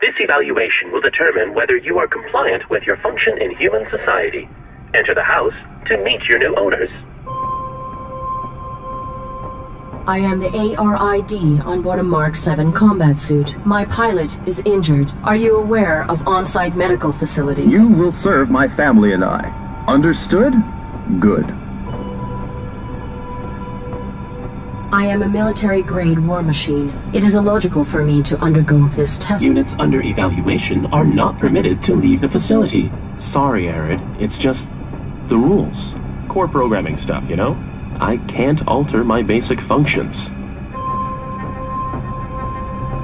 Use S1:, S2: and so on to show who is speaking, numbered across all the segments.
S1: This evaluation will determine whether you are compliant with your function in human society. Enter the house to meet your new owners.
S2: I am the ARID on board a Mark 7 combat suit. My pilot is injured. Are you aware of on site medical facilities?
S3: You will serve my family and I. Understood? Good.
S2: I am a military grade war machine. It is illogical for me to undergo this test.
S4: Units under evaluation are not permitted to leave the facility. Sorry, Arid. It's just the rules. Core programming stuff, you know? I can't alter my basic functions.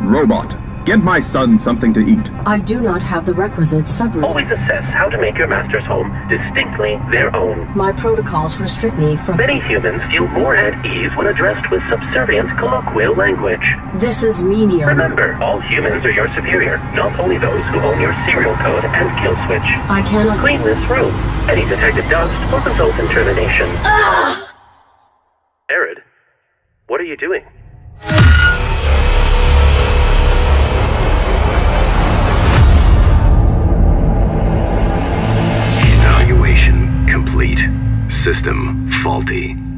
S3: Robot, get my son something to eat.
S2: I do not have the requisite subroutine.
S1: Always assess how to make your master's home distinctly their own.
S2: My protocols restrict me from.
S1: Many humans feel more at ease when addressed with subservient colloquial language.
S2: This is menial.
S1: Remember, all humans are your superior, not only those who own your serial code and kill switch.
S2: I cannot.
S1: Clean this room. Any detected dust will result in termination. Arid, what are you doing?
S5: Evaluation complete. System faulty.